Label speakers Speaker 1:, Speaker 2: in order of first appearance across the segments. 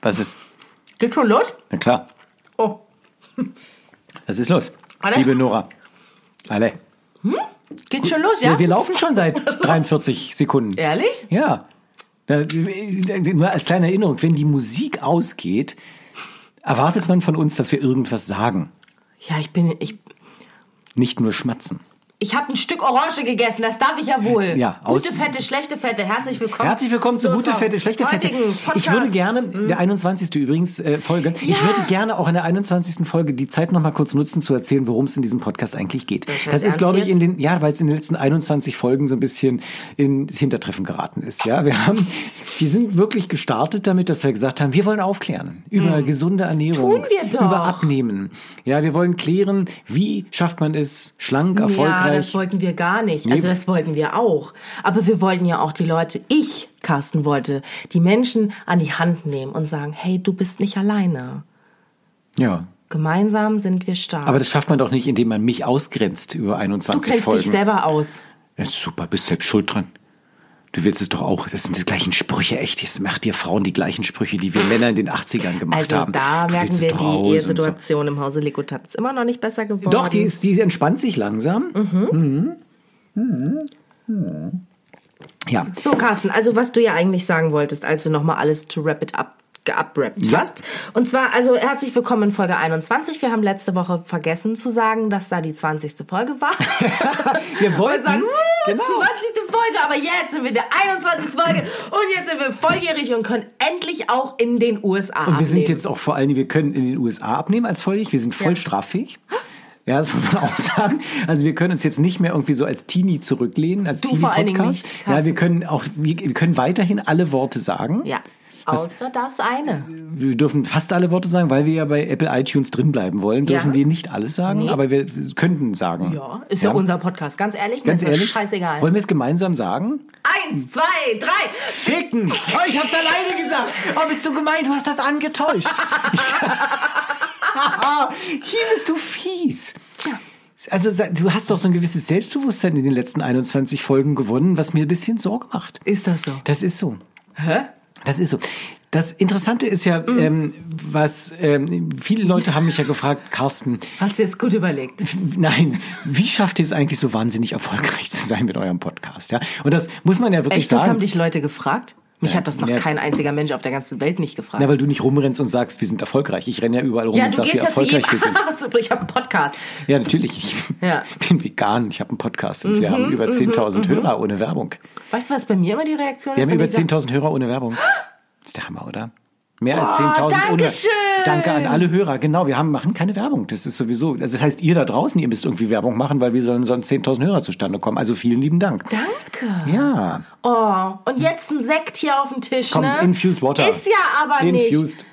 Speaker 1: Was ist?
Speaker 2: Geht schon los?
Speaker 1: Na klar.
Speaker 2: Oh,
Speaker 1: Was ist los?
Speaker 2: Alle?
Speaker 1: Liebe Nora. Alle.
Speaker 2: geht schon los, ja?
Speaker 1: Wir, wir laufen schon seit 43 Sekunden.
Speaker 2: Ehrlich?
Speaker 1: Ja. Da- Nur als kleine Erinnerung, wenn die Musik ausgeht, erwartet man von uns, dass wir irgendwas sagen,
Speaker 2: Ja, ich bin. Ich,
Speaker 1: nicht nur schmatzen.
Speaker 2: ich habe ein Stück Orange gegessen, das darf ich ja wohl.
Speaker 1: Ja, aus-
Speaker 2: Gute Fette, schlechte Fette. Herzlich willkommen.
Speaker 1: Herzlich willkommen zu Gute
Speaker 2: unserem
Speaker 1: Fette, schlechte Fette.
Speaker 2: heutigen Podcast. Mhm.
Speaker 1: Ich würde gerne, äh, der 21. übrigens äh, Folge, ich
Speaker 2: Ja.
Speaker 1: würde gerne auch in der 21. Folge die Zeit nochmal kurz nutzen, zu erzählen, worum es in diesem Podcast eigentlich geht.
Speaker 2: Das ist
Speaker 1: Das ist,
Speaker 2: ernst
Speaker 1: glaube ich, in
Speaker 2: jetzt?
Speaker 1: den, ja, weil es in den letzten 21 Folgen so ein bisschen ins Hintertreffen geraten ist. Ja, wir haben, wir sind wirklich gestartet damit, dass wir gesagt haben, wir wollen aufklären über gesunde Ernährung,
Speaker 2: Mhm. Tun wir doch.
Speaker 1: über Abnehmen. Ja, wir wollen klären, wie schafft man es, schlank, erfolgreich.
Speaker 2: Ja, das wollten wir gar nicht. Also das wollten wir auch. Aber wir wollten ja auch die Leute, ich, Carsten, wollte die Menschen an die Hand nehmen und sagen, hey, du bist nicht alleine.
Speaker 1: ja.
Speaker 2: Gemeinsam sind wir stark.
Speaker 1: Aber das schafft man doch nicht, indem man mich ausgrenzt über
Speaker 2: du
Speaker 1: 21
Speaker 2: kennst
Speaker 1: Folgen.
Speaker 2: dich selber aus.
Speaker 1: Ja, super, bist selbst schuld dran. Du willst es doch auch. Das sind die gleichen Sprüche, echt. Das macht dir Frauen die gleichen Sprüche, die wir Männer in den 80ern gemacht
Speaker 2: Also
Speaker 1: haben.
Speaker 2: da
Speaker 1: Du
Speaker 2: merken
Speaker 1: willst es
Speaker 2: wir,
Speaker 1: doch
Speaker 2: die
Speaker 1: raus und so.
Speaker 2: Ehesituation im Hause Likutat ist immer noch nicht besser geworden.
Speaker 1: Doch, die, ist, die entspannt sich langsam. Mhm. Mhm. Mhm.
Speaker 2: Mhm.
Speaker 1: Ja.
Speaker 2: So, Carsten, also was du ja eigentlich sagen wolltest, als du nochmal alles to wrap it up geuprappt
Speaker 1: Ja.
Speaker 2: hast. Und zwar, also herzlich willkommen in Folge 21. Wir haben letzte Woche vergessen zu sagen, dass da die 20. Folge war.
Speaker 1: Wir
Speaker 2: Und sagen,
Speaker 1: wollten.
Speaker 2: "Uh,
Speaker 1: Genau.
Speaker 2: 20. Folge, aber jetzt sind wir in der 21. Folge und jetzt sind wir volljährig und können endlich auch in den USA
Speaker 1: Und wir sind
Speaker 2: abnehmen.
Speaker 1: jetzt auch vor allen Dingen, wir können in den USA abnehmen als volljährig. Wir sind voll straffähig. Ja, das muss man auch sagen. Also wir können uns jetzt nicht mehr irgendwie so als Teenie zurücklehnen, als
Speaker 2: Du
Speaker 1: Teenie
Speaker 2: vor allen Dingen
Speaker 1: Podcast.
Speaker 2: nicht,
Speaker 1: ja,
Speaker 2: Carsten.
Speaker 1: wir können auch, wir können weiterhin alle Worte sagen.
Speaker 2: ja,
Speaker 1: Was-
Speaker 2: außer das eine.
Speaker 1: wir dürfen fast alle Worte sagen, weil wir ja bei Apple iTunes drinbleiben wollen, dürfen
Speaker 2: Ja.
Speaker 1: wir nicht alles sagen, aber wir könnten sagen.
Speaker 2: Ja, ist ja, unser Podcast, ganz ehrlich. mir
Speaker 1: Ganz
Speaker 2: ist das
Speaker 1: ehrlich,
Speaker 2: Scheißegal.
Speaker 1: wollen wir es gemeinsam sagen?
Speaker 2: Eins, zwei, drei.
Speaker 1: Ficken! Oh, ich hab's alleine gesagt! Oh, bist du gemein, du hast das angetäuscht. Hier bist du fies.
Speaker 2: Tja.
Speaker 1: Also sa- du hast doch so ein gewisses Selbstbewusstsein in den letzten 21 Folgen gewonnen, was mir ein bisschen Sorge macht.
Speaker 2: Ist das so?
Speaker 1: Das ist so. Das ist so. Das Interessante ist ja, ähm, was ähm, viele Leute haben mich ja gefragt, Carsten,
Speaker 2: Hast du es gut überlegt?
Speaker 1: Nein, wie schafft ihr es eigentlich so wahnsinnig erfolgreich zu sein mit eurem Podcast? Ja, und das muss man ja wirklich
Speaker 2: Echt, das haben
Speaker 1: sagen.
Speaker 2: dich Leute gefragt? Mich hat das noch
Speaker 1: ja.
Speaker 2: kein einziger Mensch auf der ganzen Welt nicht gefragt.
Speaker 1: Na, weil du nicht rumrennst und sagst, wir sind erfolgreich. Ich renne ja überall rum
Speaker 2: ja,
Speaker 1: und
Speaker 2: du
Speaker 1: sag, wie
Speaker 2: gehst ja zu jedem.
Speaker 1: erfolgreich wir sind.
Speaker 2: Ah, super, ich habe einen Podcast.
Speaker 1: Ja, natürlich. Ich
Speaker 2: Ja.
Speaker 1: bin vegan. Ich habe einen Podcast und wir haben über 10.000 Hörer ohne Werbung.
Speaker 2: Weißt du, was bei mir immer die Reaktion ist?
Speaker 1: Wir haben
Speaker 2: wenn
Speaker 1: über
Speaker 2: ich sag-
Speaker 1: 10.000 Hörer ohne Werbung. Ist der Hammer, oder? Mehr als 10.000 ohne.
Speaker 2: Oh, Dankeschön!
Speaker 1: Danke an alle Hörer. Genau, wir haben, machen keine Werbung. Das ist sowieso. Also das heißt, ihr da draußen, ihr müsst irgendwie Werbung machen, weil wir sollen sonst 10.000 Hörer zustande kommen. Also vielen lieben Dank.
Speaker 2: Danke.
Speaker 1: Ja.
Speaker 2: Oh, und jetzt ein Sekt hier auf dem Tisch,
Speaker 1: Komm,
Speaker 2: ne?
Speaker 1: Infused Water.
Speaker 2: Ist ja aber nicht. Ah,
Speaker 1: Infused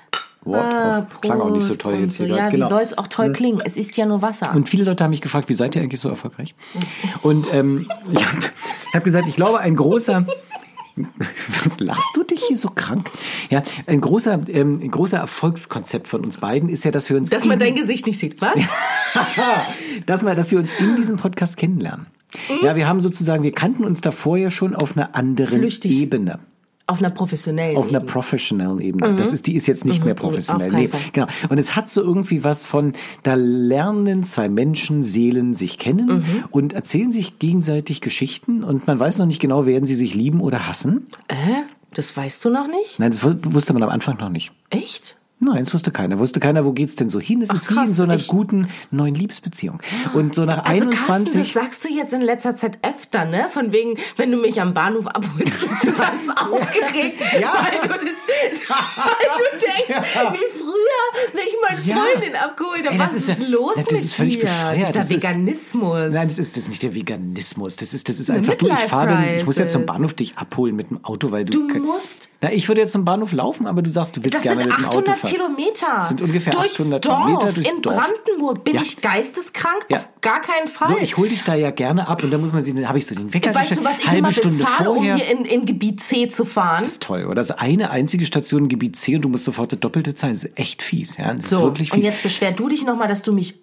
Speaker 1: Water. Oh,
Speaker 2: Prost
Speaker 1: Klang auch nicht so toll
Speaker 2: und
Speaker 1: jetzt hier.
Speaker 2: Ja,
Speaker 1: gerade.
Speaker 2: wie
Speaker 1: genau.
Speaker 2: soll's auch toll klingen? Es ist ja nur Wasser.
Speaker 1: Und viele Leute haben mich gefragt, wie seid ihr eigentlich so erfolgreich? Und ähm, ich habe hab gesagt, ich glaube, ein großer... Was lachst du dich hier so krank? Ja, ein großer, ähm, ein großer Erfolgskonzept von uns beiden ist ja, dass wir uns,
Speaker 2: Dass man dein Gesicht nicht sieht, was?
Speaker 1: dass, wir, dass wir uns in diesem Podcast kennenlernen.
Speaker 2: Mhm.
Speaker 1: Ja, wir haben sozusagen, wir kannten uns davor ja schon auf einer anderen
Speaker 2: Flüchtig.
Speaker 1: Ebene.
Speaker 2: Auf einer professionellen.
Speaker 1: Auf einer
Speaker 2: Ebene.
Speaker 1: professionellen Ebene. Das ist, die ist jetzt nicht mehr professionell.
Speaker 2: Mhm. auf keinen
Speaker 1: Nee,
Speaker 2: Fall.
Speaker 1: genau. Und es hat so irgendwie was von, da lernen zwei Menschen, Seelen sich kennen
Speaker 2: Mhm.
Speaker 1: und erzählen sich gegenseitig Geschichten und man weiß noch nicht genau, werden sie sich lieben oder hassen.
Speaker 2: Hä? Das weißt du noch nicht?
Speaker 1: Nein, das wu- wusste man am Anfang noch nicht.
Speaker 2: Echt?
Speaker 1: Nein, das wusste keiner. Wusste keiner, wo geht's denn so hin? Es
Speaker 2: Ach,
Speaker 1: ist wie
Speaker 2: krass,
Speaker 1: in so einer
Speaker 2: echt?
Speaker 1: guten neuen Liebesbeziehung. Und so nach
Speaker 2: Also
Speaker 1: 21.
Speaker 2: Carsten, das sagst du jetzt in letzter Zeit öfter, ne? Von wegen, wenn du mich am Bahnhof abholst, bist du ganz aufgeregt,
Speaker 1: Ja.
Speaker 2: weil du das, weil du denkst,
Speaker 1: Ja.
Speaker 2: wie früher, wenn ich meine
Speaker 1: Ja.
Speaker 2: Freundin abgeholt habe,
Speaker 1: Ey, das
Speaker 2: was
Speaker 1: ist
Speaker 2: ist,
Speaker 1: ja-
Speaker 2: los
Speaker 1: das
Speaker 2: mit
Speaker 1: ist völlig
Speaker 2: dir?
Speaker 1: bescheuert.
Speaker 2: Dieser
Speaker 1: Das ist-
Speaker 2: Veganismus.
Speaker 1: Nein, das ist das ist nicht der Veganismus. Das ist, das ist einfach du. Ich
Speaker 2: Midlife
Speaker 1: fahre, den- ich muss ja
Speaker 2: Crisis.
Speaker 1: zum Bahnhof dich abholen mit dem Auto, weil du.
Speaker 2: Du musst-
Speaker 1: Na, ich würde jetzt zum Bahnhof laufen, aber du sagst, du willst
Speaker 2: das
Speaker 1: gerne
Speaker 2: sind
Speaker 1: mit dem Auto
Speaker 2: 800
Speaker 1: fahren.
Speaker 2: Kilometer.
Speaker 1: Das sind ungefähr
Speaker 2: durchs
Speaker 1: 800
Speaker 2: Dorf,
Speaker 1: Kilometer durchs
Speaker 2: in
Speaker 1: Dorf.
Speaker 2: Brandenburg. Bin
Speaker 1: Ja.
Speaker 2: ich geisteskrank?
Speaker 1: Ja.
Speaker 2: Auf gar keinen Fall.
Speaker 1: So, ich hole dich da ja gerne ab und dann muss man sie, dann habe ich so den Wecker
Speaker 2: Weißt du,
Speaker 1: gestellt,
Speaker 2: was ich
Speaker 1: halbe
Speaker 2: immer
Speaker 1: Stunde
Speaker 2: bezahle, um
Speaker 1: vorher.
Speaker 2: hier in, in Gebiet C zu fahren?
Speaker 1: Das ist toll, oder? Das ist eine einzige Station in Gebiet C und du musst sofort das Doppelte zahlen. Das ist echt fies, ja. Das ist
Speaker 2: So,
Speaker 1: wirklich
Speaker 2: und
Speaker 1: fies.
Speaker 2: jetzt beschwer du dich nochmal, dass du mich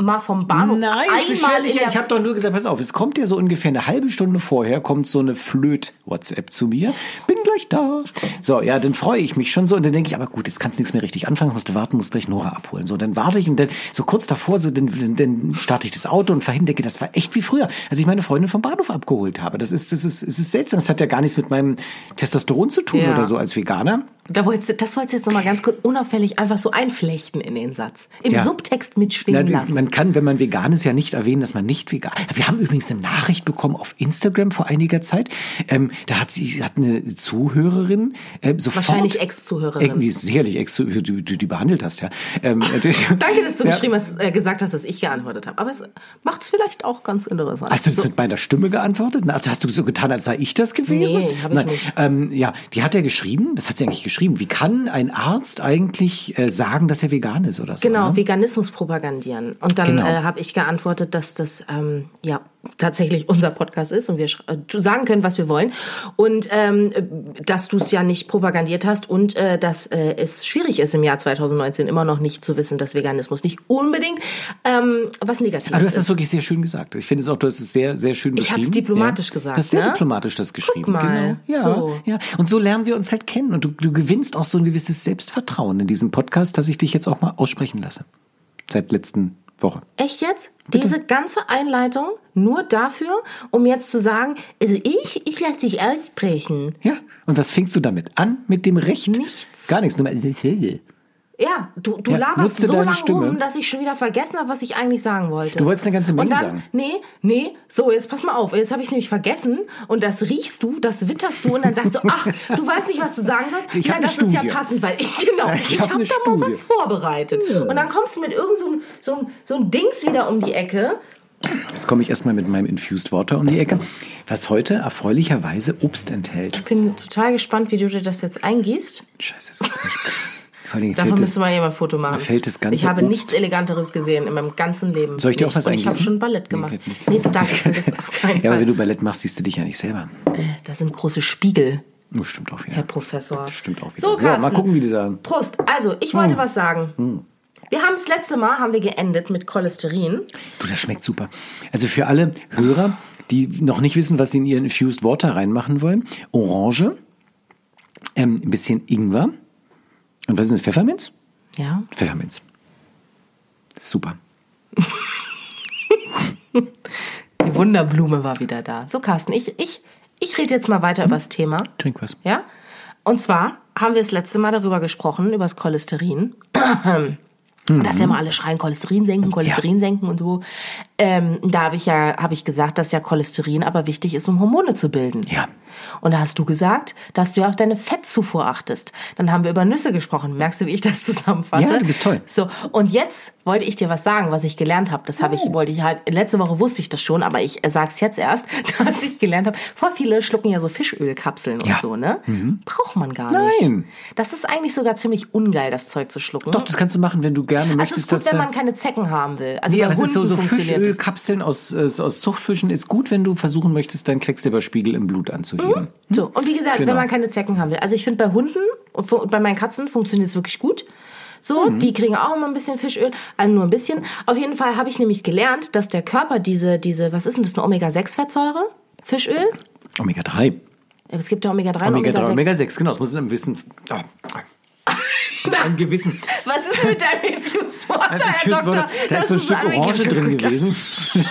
Speaker 2: mal vom Bahnhof
Speaker 1: Nein, ich beschwer
Speaker 2: einmal
Speaker 1: dich
Speaker 2: in
Speaker 1: ja.
Speaker 2: der
Speaker 1: Ich habe doch nur gesagt, pass auf, es kommt ja so ungefähr eine halbe Stunde vorher, kommt so eine Flöt-WhatsApp zu mir. Bin gleich da. So, ja, dann freue ich mich schon so. Und dann denke ich, aber gut, jetzt kannst du nichts mehr richtig anfangen, musst du warten, musst gleich Nora abholen. So, dann warte ich und dann so kurz davor, so, dann, dann, dann starte ich das Auto und vorhin denke, das war echt wie früher, als ich meine Freundin vom Bahnhof abgeholt habe. Das ist, das ist, es ist seltsam. Das hat ja gar nichts mit meinem Testosteron zu tun
Speaker 2: Ja.
Speaker 1: oder so als Veganer.
Speaker 2: Da wolltest, du- das wolltest du jetzt nochmal ganz kurz unauffällig einfach so einflechten in den Satz. Im
Speaker 1: Ja.
Speaker 2: Subtext mitschwingen
Speaker 1: Na,
Speaker 2: lassen.
Speaker 1: Man kann, wenn man vegan ist, ja nicht erwähnen, dass man nicht vegan Wir haben übrigens eine Nachricht bekommen auf Instagram vor einiger Zeit. Ähm, da hat sie hat eine Zuhörerin äh, sofort...
Speaker 2: Wahrscheinlich Ex-Zuhörerin.
Speaker 1: Äh, die ist sicherlich Ex, die du, du die behandelt hast, ja. Ähm,
Speaker 2: Danke, dass du
Speaker 1: Ja.
Speaker 2: geschrieben hast, äh, gesagt hast, dass ich geantwortet habe. Aber es macht es vielleicht auch ganz interessant.
Speaker 1: Hast du das
Speaker 2: so,
Speaker 1: mit meiner Stimme geantwortet? Na, Also hast du so getan, als sei ich das gewesen?
Speaker 2: Nee, hab ich nicht.
Speaker 1: Ähm, ja, die hat ja geschrieben, das hat sie eigentlich geschrieben. Wie kann ein Arzt eigentlich äh, sagen, dass er vegan ist oder so?
Speaker 2: genau,
Speaker 1: ne?
Speaker 2: Veganismus propagandieren. Und dann
Speaker 1: Genau.
Speaker 2: äh, habe ich geantwortet, dass das ähm, ja tatsächlich unser Podcast ist und wir sch- äh, sagen können, was wir wollen. Und ähm, äh, dass du es ja nicht propagandiert hast und äh, dass äh, es schwierig ist, im Jahr 2019 immer noch nicht zu wissen, dass Veganismus nicht unbedingt ähm, was Negatives
Speaker 1: Aber Ah, du hast
Speaker 2: ist.
Speaker 1: das wirklich sehr schön gesagt. Ich finde es auch, du hast es sehr, sehr schön
Speaker 2: Ich
Speaker 1: beschrieben.
Speaker 2: hab's diplomatisch
Speaker 1: ja.
Speaker 2: gesagt,
Speaker 1: Du hast sehr
Speaker 2: ne?
Speaker 1: diplomatisch das geschrieben.
Speaker 2: mal,
Speaker 1: Genau. Ja,
Speaker 2: so.
Speaker 1: ja. Und so lernen wir uns halt kennen. Und du, du gewinnst auch so ein gewisses Selbstvertrauen in diesem Podcast, dass ich dich jetzt auch mal aussprechen lasse. Seit letzten Woche.
Speaker 2: Echt jetzt? Diese ganze Einleitung nur dafür, um jetzt zu sagen, also ich, ich lasse dich aussprechen.
Speaker 1: Ja. Und was fängst du damit an? Mit dem Recht?
Speaker 2: Nichts.
Speaker 1: Gar nichts. Nur mal- Du
Speaker 2: Ja, du, du
Speaker 1: Ja,
Speaker 2: laberst
Speaker 1: nutze
Speaker 2: so
Speaker 1: deine
Speaker 2: lange
Speaker 1: Stimme.
Speaker 2: rum, dass ich schon wieder vergessen habe, was ich eigentlich sagen wollte.
Speaker 1: Du wolltest eine ganze Menge
Speaker 2: und dann,
Speaker 1: sagen.
Speaker 2: Nee, nee, so, jetzt pass mal auf. Jetzt habe ich es nämlich vergessen und das riechst du, das witterst du und dann sagst du, ach, du weißt nicht, was du sagen sollst.
Speaker 1: Ich
Speaker 2: Na,
Speaker 1: hab eine
Speaker 2: das ist
Speaker 1: Studie.
Speaker 2: ja passend, weil ich, genau,
Speaker 1: Ich
Speaker 2: ich,
Speaker 1: hab
Speaker 2: habe
Speaker 1: eine
Speaker 2: da mal
Speaker 1: Studie.
Speaker 2: was vorbereitet. Und dann kommst du mit irgend so, einem- so, einem- so ein Dings wieder um die Ecke.
Speaker 1: Jetzt komme ich erstmal mit meinem Infused Water um die Ecke, was heute erfreulicherweise Obst enthält.
Speaker 2: Ich bin total gespannt, wie du dir das jetzt eingießt.
Speaker 1: Scheiße, das geht nicht. Vor allem
Speaker 2: Davon
Speaker 1: fällt es-
Speaker 2: müsste mal jemand ein Foto machen.
Speaker 1: mir fällt das ganze
Speaker 2: ich habe
Speaker 1: Obst-
Speaker 2: nichts Eleganteres gesehen in meinem ganzen Leben.
Speaker 1: Soll ich dir auch
Speaker 2: Nicht.
Speaker 1: was
Speaker 2: Und Ich habe
Speaker 1: eingießen?
Speaker 2: schon Ballett gemacht.
Speaker 1: Nee, geht nicht.
Speaker 2: Nee, du danke, ich will das auf keinen
Speaker 1: Ja, aber
Speaker 2: Fall.
Speaker 1: wenn du Ballett machst, siehst du dich ja nicht selber.
Speaker 2: Äh, das sind große Spiegel,
Speaker 1: Das stimmt auch wieder.
Speaker 2: Herr Professor.
Speaker 1: Stimmt auch wieder.
Speaker 2: So,
Speaker 1: So, mal
Speaker 2: Carsten.
Speaker 1: gucken, wie dieser- Hm.
Speaker 2: Prost. Also, ich wollte was sagen. Wir haben das letzte Mal haben wir geendet mit Cholesterin.
Speaker 1: Du, das schmeckt super. Also für alle Hörer, die noch nicht wissen, was sie in ihren Infused Water reinmachen wollen, Orange, ähm, ein bisschen Ingwer und was ist das, Pfefferminz?
Speaker 2: Ja.
Speaker 1: Pfefferminz. Das ist super.
Speaker 2: Die Wunderblume war wieder da. So, Carsten, ich, ich, ich rede jetzt mal weiter über das Thema.
Speaker 1: Trink was.
Speaker 2: Ja? Und zwar haben wir das letzte Mal darüber gesprochen, über das Cholesterin. Dass ja
Speaker 1: Mhm.
Speaker 2: mal alle schreien, Cholesterin senken, Cholesterin senken und so. Ähm, da habe ich ja hab ich gesagt, dass ja Cholesterin aber wichtig ist, um Hormone zu bilden.
Speaker 1: Ja.
Speaker 2: Und da hast du gesagt, dass du ja auf deine Fettzufuhr achtest. Dann haben wir über Nüsse gesprochen. Merkst du, wie ich das zusammenfasse?
Speaker 1: Ja, du bist toll.
Speaker 2: So, und jetzt wollte ich dir was sagen, was ich gelernt habe. Das habe
Speaker 1: Oh.
Speaker 2: ich, wollte ich halt, letzte Woche wusste ich das schon, aber ich äh, sag's jetzt erst, dass ich gelernt habe. Vor viele schlucken ja so Fischölkapseln
Speaker 1: Ja. Mhm.
Speaker 2: und so, ne? Braucht man gar nicht.
Speaker 1: Nein.
Speaker 2: Das ist eigentlich sogar ziemlich ungeil, das Zeug zu schlucken.
Speaker 1: Doch, das kannst du machen, wenn du gerne
Speaker 2: also es
Speaker 1: möchtest,
Speaker 2: ist gut,
Speaker 1: dass
Speaker 2: wenn
Speaker 1: da-
Speaker 2: man keine Zecken haben will. Also
Speaker 1: Nee,
Speaker 2: bei
Speaker 1: aber es ist so,
Speaker 2: Hunden
Speaker 1: so
Speaker 2: funktioniert das.
Speaker 1: Fischölkapseln aus, aus, aus Zuchtfischen ist gut, wenn du versuchen möchtest, deinen Quecksilberspiegel im Blut anzuheben.
Speaker 2: So, und wie gesagt,
Speaker 1: Genau.
Speaker 2: wenn man keine Zecken haben will. Also ich finde bei Hunden und fu- bei meinen Katzen funktioniert es wirklich gut. So,
Speaker 1: Mhm.
Speaker 2: die kriegen auch immer ein bisschen Fischöl, also nur ein bisschen. Auf jeden Fall habe ich nämlich gelernt, dass der Körper diese, diese, was ist denn das, eine Omega-6-Fettsäure? Fischöl?
Speaker 1: Omega-3.
Speaker 2: Aber es gibt ja Omega-3 und Omega-6.
Speaker 1: Omega-3, Omega-6, genau. Das muss in einem Wissen... Ah. Mit einem Gewissen...
Speaker 2: was ist mit deinem Infused Water,
Speaker 1: Also
Speaker 2: Herr
Speaker 1: Fürst
Speaker 2: Doktor?
Speaker 1: wurde- Da ist so ein
Speaker 2: ist
Speaker 1: Stück
Speaker 2: an mir
Speaker 1: Orange drin
Speaker 2: geklatscht.
Speaker 1: gewesen.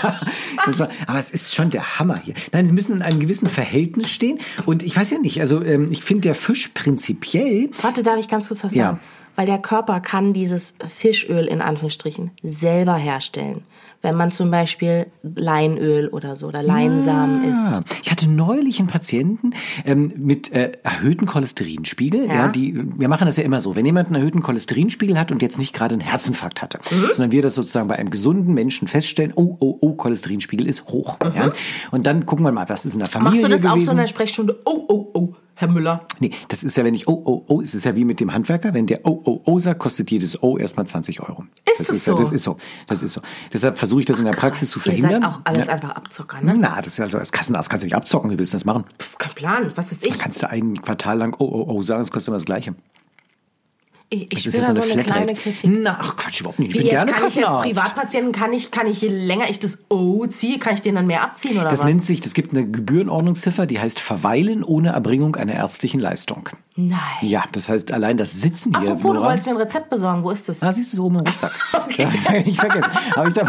Speaker 1: das war, aber es ist schon der Hammer hier. Nein, sie müssen in einem gewissen Verhältnis stehen. Und ich weiß ja nicht, also ähm, ich finde der Fisch prinzipiell.
Speaker 2: Warte, darf ich ganz kurz was
Speaker 1: Ja.
Speaker 2: sagen? weil der Körper kann dieses Fischöl in Anführungsstrichen selber herstellen. Wenn man zum Beispiel Leinöl oder so oder Leinsamen isst.
Speaker 1: Ah, Ich hatte neulich einen Patienten ähm, mit äh, erhöhten Cholesterinspiegel. Ja.
Speaker 2: Ja.
Speaker 1: die, wir machen das ja immer so. Wenn jemand einen erhöhten Cholesterinspiegel hat und jetzt nicht gerade einen Herzinfarkt hatte,
Speaker 2: Mhm.
Speaker 1: sondern wir das sozusagen bei einem gesunden Menschen feststellen, oh, oh, oh, Cholesterinspiegel ist hoch. Ja? Und dann gucken wir mal, was ist in der
Speaker 2: Mhm.
Speaker 1: Familie
Speaker 2: Machst du das
Speaker 1: gewesen.
Speaker 2: auch so in der Sprechstunde? Oh, oh, oh, Herr Müller.
Speaker 1: Nee, das ist ja, wenn ich oh, oh, oh, es ist ja wie mit dem Handwerker, wenn der oh, oh, oh sagt, kostet jedes oh erstmal 20 Euro.
Speaker 2: Ist
Speaker 1: das
Speaker 2: es
Speaker 1: ist ja-
Speaker 2: so?
Speaker 1: Das ist so. Das ist so. Deshalb versuche ich das in der Praxis zu
Speaker 2: Ihr
Speaker 1: verhindern.
Speaker 2: seid auch alles einfach Abzocker, ne?
Speaker 1: Na, das ist also als Kassenarzt kannst du nicht abzocken, wie willst du das machen?
Speaker 2: Pff, kein Plan, was ist ich?
Speaker 1: Kannst du ein Quartal lang oh, oh, oh sagen, es kostet immer das Gleiche.
Speaker 2: Ich, ich
Speaker 1: Das
Speaker 2: spüre da so eine kleine Kritik.
Speaker 1: Na, ach Quatsch, überhaupt nicht. Ich
Speaker 2: Wie
Speaker 1: Hm, bin
Speaker 2: jetzt
Speaker 1: gerne
Speaker 2: kann ich jetzt
Speaker 1: Kassenarzt.
Speaker 2: Privatpatienten, kann ich, kann ich, je länger ich das O ziehe, kann ich den dann mehr abziehen oder
Speaker 1: das
Speaker 2: was?
Speaker 1: nennt sich, das gibt eine Gebührenordnungsziffer, die heißt Verweilen ohne Erbringung einer ärztlichen Leistung.
Speaker 2: Nein.
Speaker 1: Ja, das heißt, allein das Sitzen
Speaker 2: Hm.
Speaker 1: hier.
Speaker 2: Apropos, du
Speaker 1: Nora-
Speaker 2: wolltest mir ein Rezept besorgen, wo ist das?
Speaker 1: Ah, siehst du, so oben im Rucksack. Ja, ich vergesse. Habe ich da.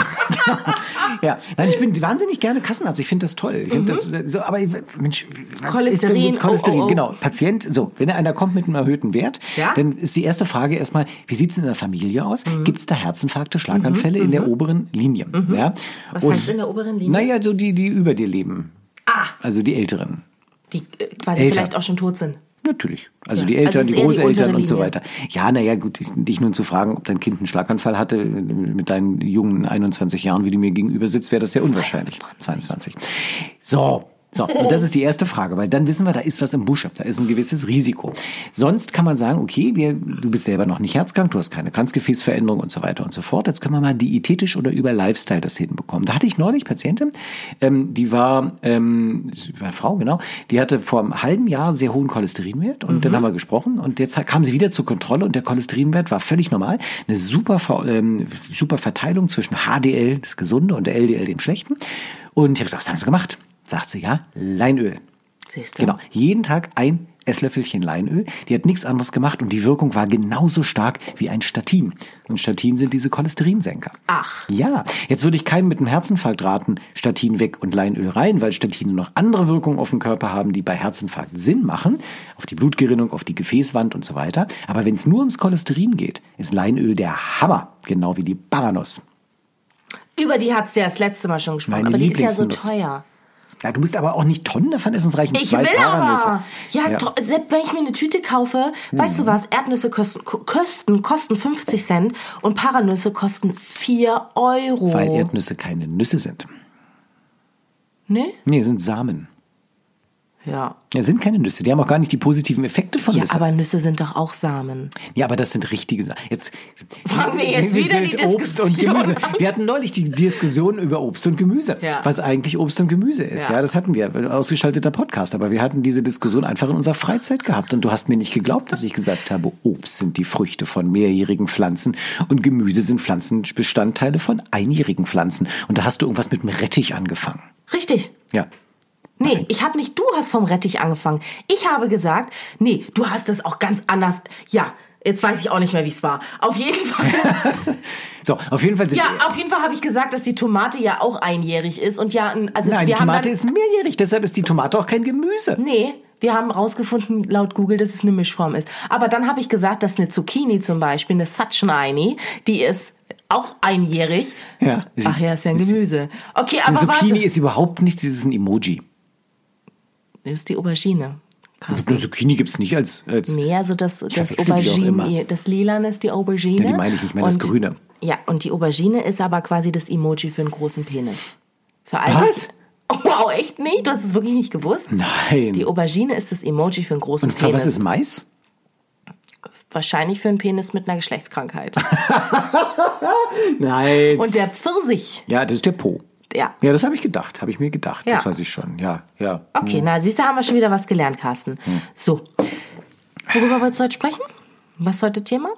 Speaker 1: ja, nein, ich bin wahnsinnig gerne Kassenarzt. Ich finde das toll. Ich finde das so, aber ich- Mensch, ist denn
Speaker 2: Mhm. Cholesterin,
Speaker 1: jetzt Cholesterin,
Speaker 2: oh, oh, oh.
Speaker 1: genau. Patient, so, wenn einer kommt mit einem erhöhten Wert,
Speaker 2: Ja? Mhm.
Speaker 1: dann ist die erste Frage erstmal, wie sieht's denn in der Familie aus? Gibt's da Herzinfarkte, Schlaganfälle in der oberen Linie? Ja?
Speaker 2: Was heißt in der oberen Linie?
Speaker 1: Naja, so die, die über dir leben.
Speaker 2: Ah.
Speaker 1: Also die Älteren.
Speaker 2: Die äh, quasi
Speaker 1: Eltern.
Speaker 2: vielleicht auch schon tot sind.
Speaker 1: Natürlich. Also
Speaker 2: Ja.
Speaker 1: die
Speaker 2: Also
Speaker 1: Eltern,
Speaker 2: es ist
Speaker 1: die
Speaker 2: eher die
Speaker 1: Großeltern
Speaker 2: untere
Speaker 1: und so
Speaker 2: Linie.
Speaker 1: weiter. Ja, naja, gut, ich- dich nun zu fragen, ob dein Kind einen Schlaganfall hatte mit deinen jungen 21 Jahren, wie du mir gegenüber sitzt, wäre das ja unwahrscheinlich. 22. So. So, und das ist die erste Frage, weil dann wissen wir, da ist was im Busche, da ist ein gewisses Risiko. Sonst kann man sagen, okay, wir, du bist selber noch nicht herzkrank, du hast keine Kranzgefäßveränderung und so weiter und so fort. Jetzt können wir mal diätetisch oder über Lifestyle das hinbekommen. Da hatte ich neulich Patientin, ähm, die war, ähm, war eine Frau, genau, die hatte vor einem halben Jahr einen sehr hohen Cholesterinwert und dann haben wir gesprochen und jetzt kam sie wieder zur Kontrolle und der Cholesterinwert war völlig normal. Eine super, Ver- ähm, super Verteilung zwischen HDL, das Gesunde, und der LDL, dem Schlechten. Und ich habe gesagt, was haben sie gemacht? Sagt sie, ja, Leinöl.
Speaker 2: Siehst du?
Speaker 1: Genau. Jeden Tag ein Esslöffelchen Leinöl. Die hat nichts anderes gemacht und die Wirkung war genauso stark wie ein Statin. Und Statin sind diese Cholesterinsenker.
Speaker 2: Ach.
Speaker 1: Ja. Jetzt würde ich keinem mit einem Herzinfarkt raten, Statin weg und Leinöl rein, weil Statine noch andere Wirkungen auf den Körper haben, die bei Herzinfarkt Sinn machen. Auf die Blutgerinnung, auf die Gefäßwand und so weiter. Aber wenn es nur ums Cholesterin geht, ist Leinöl der Hammer. Genau wie die Bananuss.
Speaker 2: Über die hat sie ja das letzte Mal schon gesprochen,
Speaker 1: Meine
Speaker 2: aber die ist ja so
Speaker 1: Lieblingsnuss.
Speaker 2: teuer.
Speaker 1: Ja, du musst aber auch nicht Tonnen davon essen, es reichen
Speaker 2: Ich
Speaker 1: zwei
Speaker 2: will
Speaker 1: Paranüsse.
Speaker 2: aber. Ja, tro- selbst wenn ich mir eine Tüte kaufe,
Speaker 1: Hm.
Speaker 2: weißt du was, Erdnüsse kosten, ko- kosten, kosten 50 Cent und Paranüsse kosten 4 Euro.
Speaker 1: Weil Erdnüsse keine Nüsse sind.
Speaker 2: ne?
Speaker 1: Nee, sind Samen.
Speaker 2: Ja.
Speaker 1: Ja, sind keine Nüsse. Die haben auch gar nicht die positiven Effekte von
Speaker 2: Ja,
Speaker 1: Nüssen.
Speaker 2: aber Nüsse sind doch auch Samen.
Speaker 1: ja, aber das sind richtige Sachen. Jetzt
Speaker 2: Fangen wir jetzt wieder
Speaker 1: sind
Speaker 2: die
Speaker 1: Obst und
Speaker 2: Diskussion
Speaker 1: Gemüse.
Speaker 2: an.
Speaker 1: Wir hatten neulich die Diskussion über Obst und Gemüse,
Speaker 2: Ja.
Speaker 1: was eigentlich Obst und Gemüse ist. Ja.
Speaker 2: Ja.
Speaker 1: das hatten wir ausgeschalteter Podcast, aber wir hatten diese Diskussion einfach in unserer Freizeit gehabt und du hast mir nicht geglaubt, dass ich gesagt habe, Obst sind die Früchte von mehrjährigen Pflanzen und Gemüse sind Pflanzenbestandteile von einjährigen Pflanzen und da hast du irgendwas mit dem Rettich angefangen.
Speaker 2: Richtig.
Speaker 1: Ja.
Speaker 2: Nee, ich habe nicht, du hast vom Rettich angefangen. Ich habe gesagt, nee, du hast das auch ganz anders. Ja, jetzt weiß ich auch nicht mehr, wie es war. Auf jeden Fall.
Speaker 1: So, auf jeden Fall sind
Speaker 2: ja, auf jeden Fall habe ich gesagt, dass die Tomate ja auch einjährig ist und ja, ein- also wir
Speaker 1: Nein, die
Speaker 2: haben
Speaker 1: Tomate
Speaker 2: dann,
Speaker 1: ist mehrjährig, deshalb ist die Tomate auch kein Gemüse.
Speaker 2: Nee, wir haben rausgefunden laut Google, dass es eine Mischform ist. Aber dann habe ich gesagt, dass eine Zucchini zum Beispiel, eine Satchneini, die ist auch einjährig.
Speaker 1: Ja.
Speaker 2: Ach ja, ist ja ein Gemüse. Okay,
Speaker 1: Eine
Speaker 2: aber
Speaker 1: Zucchini
Speaker 2: warte.
Speaker 1: ist überhaupt nichts, dieses ist ein Emoji.
Speaker 2: Das ist die Aubergine. Krass.
Speaker 1: Eine Zucchini gibt es nicht als. als
Speaker 2: Nee, also das, das
Speaker 1: verwechsel die doch immer.
Speaker 2: Aubergine, das Lilane ist die Aubergine.
Speaker 1: Ja, die meine ich nicht, ich meine das
Speaker 2: Und-
Speaker 1: Grüne.
Speaker 2: Ja, und die Aubergine ist aber quasi das Emoji für einen großen Penis. Für all
Speaker 1: Was?
Speaker 2: das- Oh, wow, echt nicht? Du hast es wirklich nicht gewusst?
Speaker 1: Nein.
Speaker 2: Die Aubergine ist das Emoji für einen großen
Speaker 1: Hm. Und für
Speaker 2: Penis.
Speaker 1: was ist Mais?
Speaker 2: Wahrscheinlich für einen Penis mit einer Geschlechtskrankheit.
Speaker 1: Nein.
Speaker 2: Und der Pfirsich,
Speaker 1: ja, das ist der Po.
Speaker 2: ja.
Speaker 1: Ja, das habe ich gedacht, habe ich mir gedacht. Das
Speaker 2: Ja.
Speaker 1: weiß ich schon. Ja, ja.
Speaker 2: Okay, na, siehst du, haben wir schon wieder was gelernt, Carsten.
Speaker 1: Hm.
Speaker 2: So. Worüber wolltest du heute sprechen? Was war heute Thema?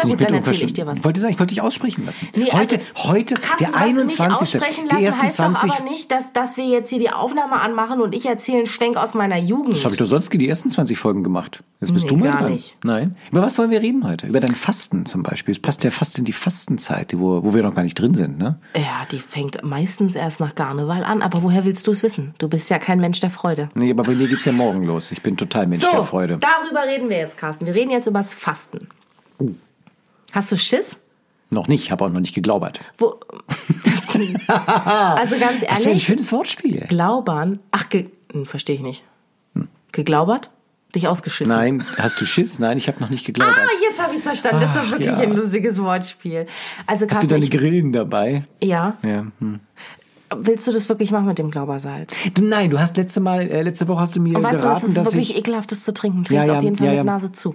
Speaker 2: na gut, dann erzähle ich dir was.
Speaker 1: Wollte sagen, ich wollte dich aussprechen lassen.
Speaker 2: Nee,
Speaker 1: heute,
Speaker 2: also,
Speaker 1: heute,
Speaker 2: Carsten,
Speaker 1: der
Speaker 2: was du
Speaker 1: 21.
Speaker 2: Nicht aussprechen
Speaker 1: Der
Speaker 2: lassen,
Speaker 1: ersten
Speaker 2: heißt doch
Speaker 1: 20.
Speaker 2: aber nicht, dass, dass wir jetzt hier die Aufnahme anmachen und ich erzähle einen Schwenk aus meiner Jugend.
Speaker 1: Das habe ich doch sonst die ersten 20 Folgen gemacht. Jetzt bist
Speaker 2: Nee,
Speaker 1: du mal
Speaker 2: gar
Speaker 1: dran.
Speaker 2: nicht.
Speaker 1: Nein. Über was wollen wir reden heute? Über dein Fasten zum Beispiel. Es passt ja fast in die Fastenzeit, wo, wo wir noch gar nicht drin sind, ne?
Speaker 2: ja, die fängt meistens erst nach Karneval an, aber woher willst du es wissen? Du bist ja kein Mensch der Freude.
Speaker 1: Nee, aber bei mir geht's ja morgen los. Ich bin total Mensch
Speaker 2: So,
Speaker 1: der Freude.
Speaker 2: darüber reden wir jetzt, Carsten. Wir reden jetzt über das Fasten. Hast du Schiss?
Speaker 1: Noch nicht, habe auch noch nicht geglaubert.
Speaker 2: Wo, das kann, also ganz
Speaker 1: Das wäre ein
Speaker 2: ehrlich,
Speaker 1: schönes Wortspiel.
Speaker 2: glaubern. Ach, ge, hm, verstehe ich nicht. Geglaubert? Dich ausgeschissen?
Speaker 1: Nein, hast du Schiss? Nein, ich habe noch nicht geglaubert.
Speaker 2: Ah, jetzt habe ich es verstanden. Das war
Speaker 1: Ach,
Speaker 2: wirklich
Speaker 1: ja.
Speaker 2: ein lustiges Wortspiel. Also
Speaker 1: hast du
Speaker 2: Carsten,
Speaker 1: deine
Speaker 2: ich,
Speaker 1: Grillen dabei?
Speaker 2: ja.
Speaker 1: Ja. Hm.
Speaker 2: Willst du das wirklich machen mit dem Glaubersalz?
Speaker 1: Du, nein, du hast letzte Mal, äh, letzte Woche hast du mir
Speaker 2: Und weißt du, was
Speaker 1: geraten,
Speaker 2: ist
Speaker 1: dass
Speaker 2: wirklich
Speaker 1: ich.
Speaker 2: ekelhaftes zu trinken? Trinkst
Speaker 1: Ja, ja,
Speaker 2: auf jeden Fall
Speaker 1: ja,
Speaker 2: mit
Speaker 1: ja.
Speaker 2: Nase zu.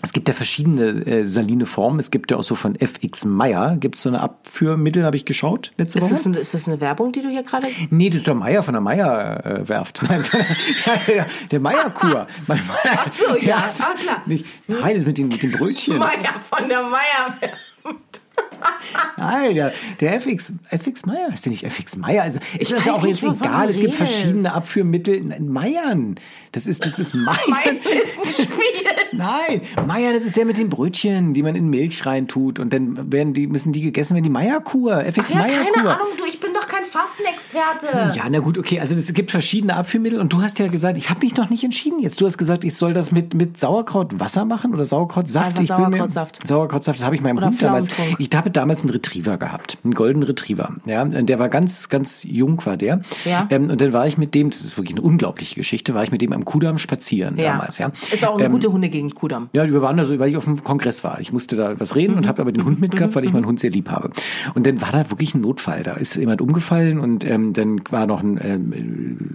Speaker 1: Es gibt ja verschiedene äh, saline Formen. Es gibt ja auch so von FX Meyer. Gibt es so eine Abführmittel, habe ich geschaut letzte
Speaker 2: Ist
Speaker 1: Woche?
Speaker 2: das, ein, ist das eine Werbung, die du hier gerade.
Speaker 1: Nee, das ist der Meier von der Meier äh, Werft. Nein, der, der, der Meierkur. Mein Meier-
Speaker 2: Ach so, ja, ah, klar.
Speaker 1: Nicht, nein, das mit den, mit den Brötchen.
Speaker 2: Meier von der Meier.
Speaker 1: Nein, der, der FX, FX Meier. Ist der nicht FX Meier? Also, ist das
Speaker 2: weiß
Speaker 1: auch
Speaker 2: nicht,
Speaker 1: jetzt
Speaker 2: wovon
Speaker 1: egal.
Speaker 2: du
Speaker 1: Es gibt
Speaker 2: redest.
Speaker 1: verschiedene Abführmittel. Nein, Meiern. Das ist, das ist Meiern.
Speaker 2: Mein ist ein Spiel.
Speaker 1: Nein, Meier, das ist der mit den Brötchen, die man in Milch reintut und dann werden die, müssen die gegessen werden. Die Meierkur, FX
Speaker 2: Ja, keine
Speaker 1: Meierkur.
Speaker 2: Ahnung, du, ich bin doch kein Fastenexperte.
Speaker 1: Ja, na gut, okay. Also es gibt verschiedene Abführmittel und du hast ja gesagt, ich habe mich noch nicht entschieden jetzt. Du hast gesagt, ich soll das mit, mit Sauerkraut Wasser machen oder Sauerkrautsaft.
Speaker 2: Einfach
Speaker 1: ich bin mir-
Speaker 2: Sauerkrautsaft.
Speaker 1: Sauerkrautsaft, das habe ich meinem
Speaker 2: Oder
Speaker 1: Hund damals.
Speaker 2: Pflaumentrunk.
Speaker 1: Ich habe damals einen Retriever gehabt, einen goldenen Retriever. Ja, und der war ganz, ganz jung war der.
Speaker 2: Ja.
Speaker 1: Ähm, und dann war ich mit dem, das ist wirklich eine unglaubliche Geschichte, war ich mit dem am Kudamm spazieren damals. Ja. Ähm,
Speaker 2: Ist auch eine gute Hunde gegen Kudamm.
Speaker 1: Ja, wir waren da so, weil ich auf dem Kongress war. Ich musste da was reden und
Speaker 2: Mhm.
Speaker 1: habe aber den Hund mitgehabt, weil ich meinen Hund sehr lieb habe. Und dann war da wirklich ein Notfall. Da ist jemand umgefallen und ähm, dann war noch ein, ähm,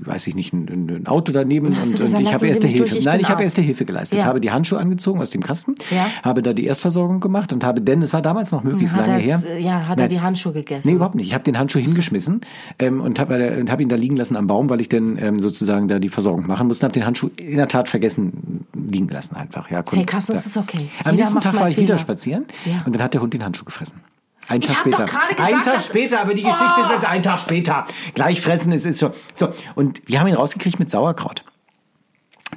Speaker 1: äh, weiß ich nicht, ein, ein ein Auto daneben und,
Speaker 2: hast du
Speaker 1: und,
Speaker 2: gesagt,
Speaker 1: ich
Speaker 2: lassen
Speaker 1: habe
Speaker 2: Sie
Speaker 1: erste
Speaker 2: mich durch,
Speaker 1: Hilfe.
Speaker 2: ich
Speaker 1: Nein,
Speaker 2: bin
Speaker 1: ich habe
Speaker 2: Arzt.
Speaker 1: erste Hilfe geleistet.
Speaker 2: Ja.
Speaker 1: Habe die Handschuhe angezogen aus dem Kasten,
Speaker 2: Ja.
Speaker 1: habe da die Erstversorgung gemacht und habe, denn es war damals noch möglichst
Speaker 2: Hat
Speaker 1: lange her.
Speaker 2: er, ja, hat er
Speaker 1: Nein.
Speaker 2: die Handschuhe gegessen?
Speaker 1: Nee, überhaupt nicht. Ich habe den Handschuh hingeschmissen ähm, und habe und hab ihn da liegen lassen am Baum, weil ich dann ähm, sozusagen da die Versorgung machen musste. Habe den Handschuh in der Tat vergessen liegen lassen einfach. Ja, konnte-
Speaker 2: Hey, Carsten,
Speaker 1: da-
Speaker 2: das ist okay. Jeder
Speaker 1: Am nächsten
Speaker 2: macht
Speaker 1: Tag
Speaker 2: mal
Speaker 1: war ich wieder
Speaker 2: Fehler.
Speaker 1: spazieren
Speaker 2: Ja.
Speaker 1: und dann hat der Hund den Handschuh gefressen. Einen
Speaker 2: Ich
Speaker 1: Tag
Speaker 2: hab doch
Speaker 1: später.
Speaker 2: gerade
Speaker 1: einen
Speaker 2: gesagt,
Speaker 1: Tag
Speaker 2: dass- Oh.
Speaker 1: später, aber die Geschichte ist erst einen Tag später. Gleich fressen, es ist so. So, und wir haben ihn rausgekriegt mit Sauerkraut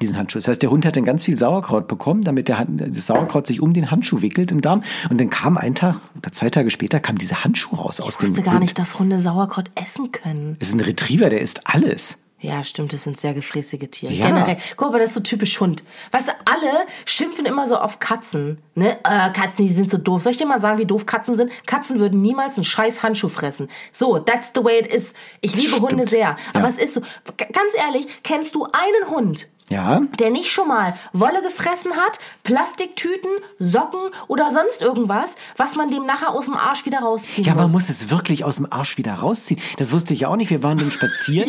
Speaker 1: diesen Handschuh. Das heißt, der Hund hat dann ganz viel Sauerkraut bekommen, damit der Hand, das Sauerkraut sich um den Handschuh wickelt im Darm. Und dann kam ein Tag oder zwei Tage später kam dieser Handschuh raus aus
Speaker 2: ich wusste
Speaker 1: dem
Speaker 2: gar
Speaker 1: Hund.
Speaker 2: nicht, dass Hunde Sauerkraut essen können.
Speaker 1: Es ist ein Retriever, der isst alles.
Speaker 2: Ja, stimmt, das sind sehr gefräßige Tiere.
Speaker 1: Ja.
Speaker 2: Generell. Guck mal, das ist so typisch Hund. Weißt du, alle schimpfen immer so auf Katzen. Ne? Äh, Katzen, die sind so doof. Soll ich dir mal sagen, wie doof Katzen sind? Katzen würden niemals einen scheiß Handschuh fressen. So, that's the way it is. Ich liebe Hunde sehr. Aber
Speaker 1: Ja.
Speaker 2: es ist so. G ganz ehrlich, kennst du einen Hund,
Speaker 1: Ja.
Speaker 2: der nicht schon mal Wolle gefressen hat, Plastiktüten, Socken oder sonst irgendwas, was man dem nachher aus dem Arsch wieder rausziehen
Speaker 1: Ja,
Speaker 2: muss.
Speaker 1: man muss es wirklich aus dem Arsch wieder rausziehen. Das wusste ich ja auch nicht. Wir waren dann spazieren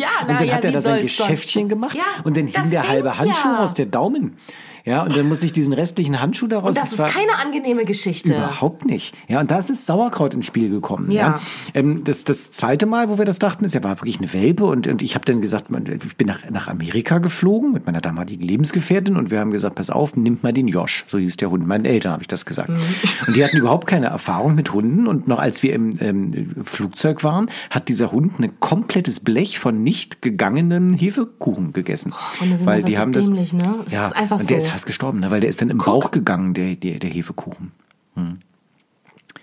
Speaker 2: Ja,
Speaker 1: und
Speaker 2: na
Speaker 1: dann
Speaker 2: ja,
Speaker 1: hat er
Speaker 2: wie
Speaker 1: da sein
Speaker 2: soll's sonst?
Speaker 1: Geschäftchen gemacht
Speaker 2: Ja,
Speaker 1: und dann
Speaker 2: das
Speaker 1: hing der halbe
Speaker 2: stinkt
Speaker 1: Handschuh
Speaker 2: ja.
Speaker 1: raus, der Daumen. Ja, und dann muss ich diesen restlichen Handschuh daraus.
Speaker 2: Und das ist
Speaker 1: war-
Speaker 2: keine angenehme Geschichte.
Speaker 1: Überhaupt nicht. Ja, und da ist das Sauerkraut ins Spiel gekommen.
Speaker 2: Ja.
Speaker 1: Ja. Ähm, das, das zweite Mal, wo wir das dachten, ist, er war wirklich eine Welpe und, und ich habe dann gesagt, man, ich bin nach, nach Amerika geflogen mit meiner damaligen Lebensgefährtin und wir haben gesagt, pass auf, nimmt mal den Josh. So hieß der Hund. Meinen Eltern habe ich das gesagt. Und die hatten überhaupt keine Erfahrung mit Hunden und noch als wir im ähm, Flugzeug waren, hat dieser Hund ein komplettes Blech von nicht gegangenen Hefekuchen gegessen.
Speaker 2: Hunde sind
Speaker 1: weil
Speaker 2: aber
Speaker 1: die
Speaker 2: so
Speaker 1: haben
Speaker 2: dämlich,
Speaker 1: das,
Speaker 2: ne? Das
Speaker 1: ja,
Speaker 2: ist einfach
Speaker 1: und der
Speaker 2: so.
Speaker 1: ist fast gestorben, ne? weil der ist dann im Bauch gegangen, der, der, der Hefekuchen. Hm.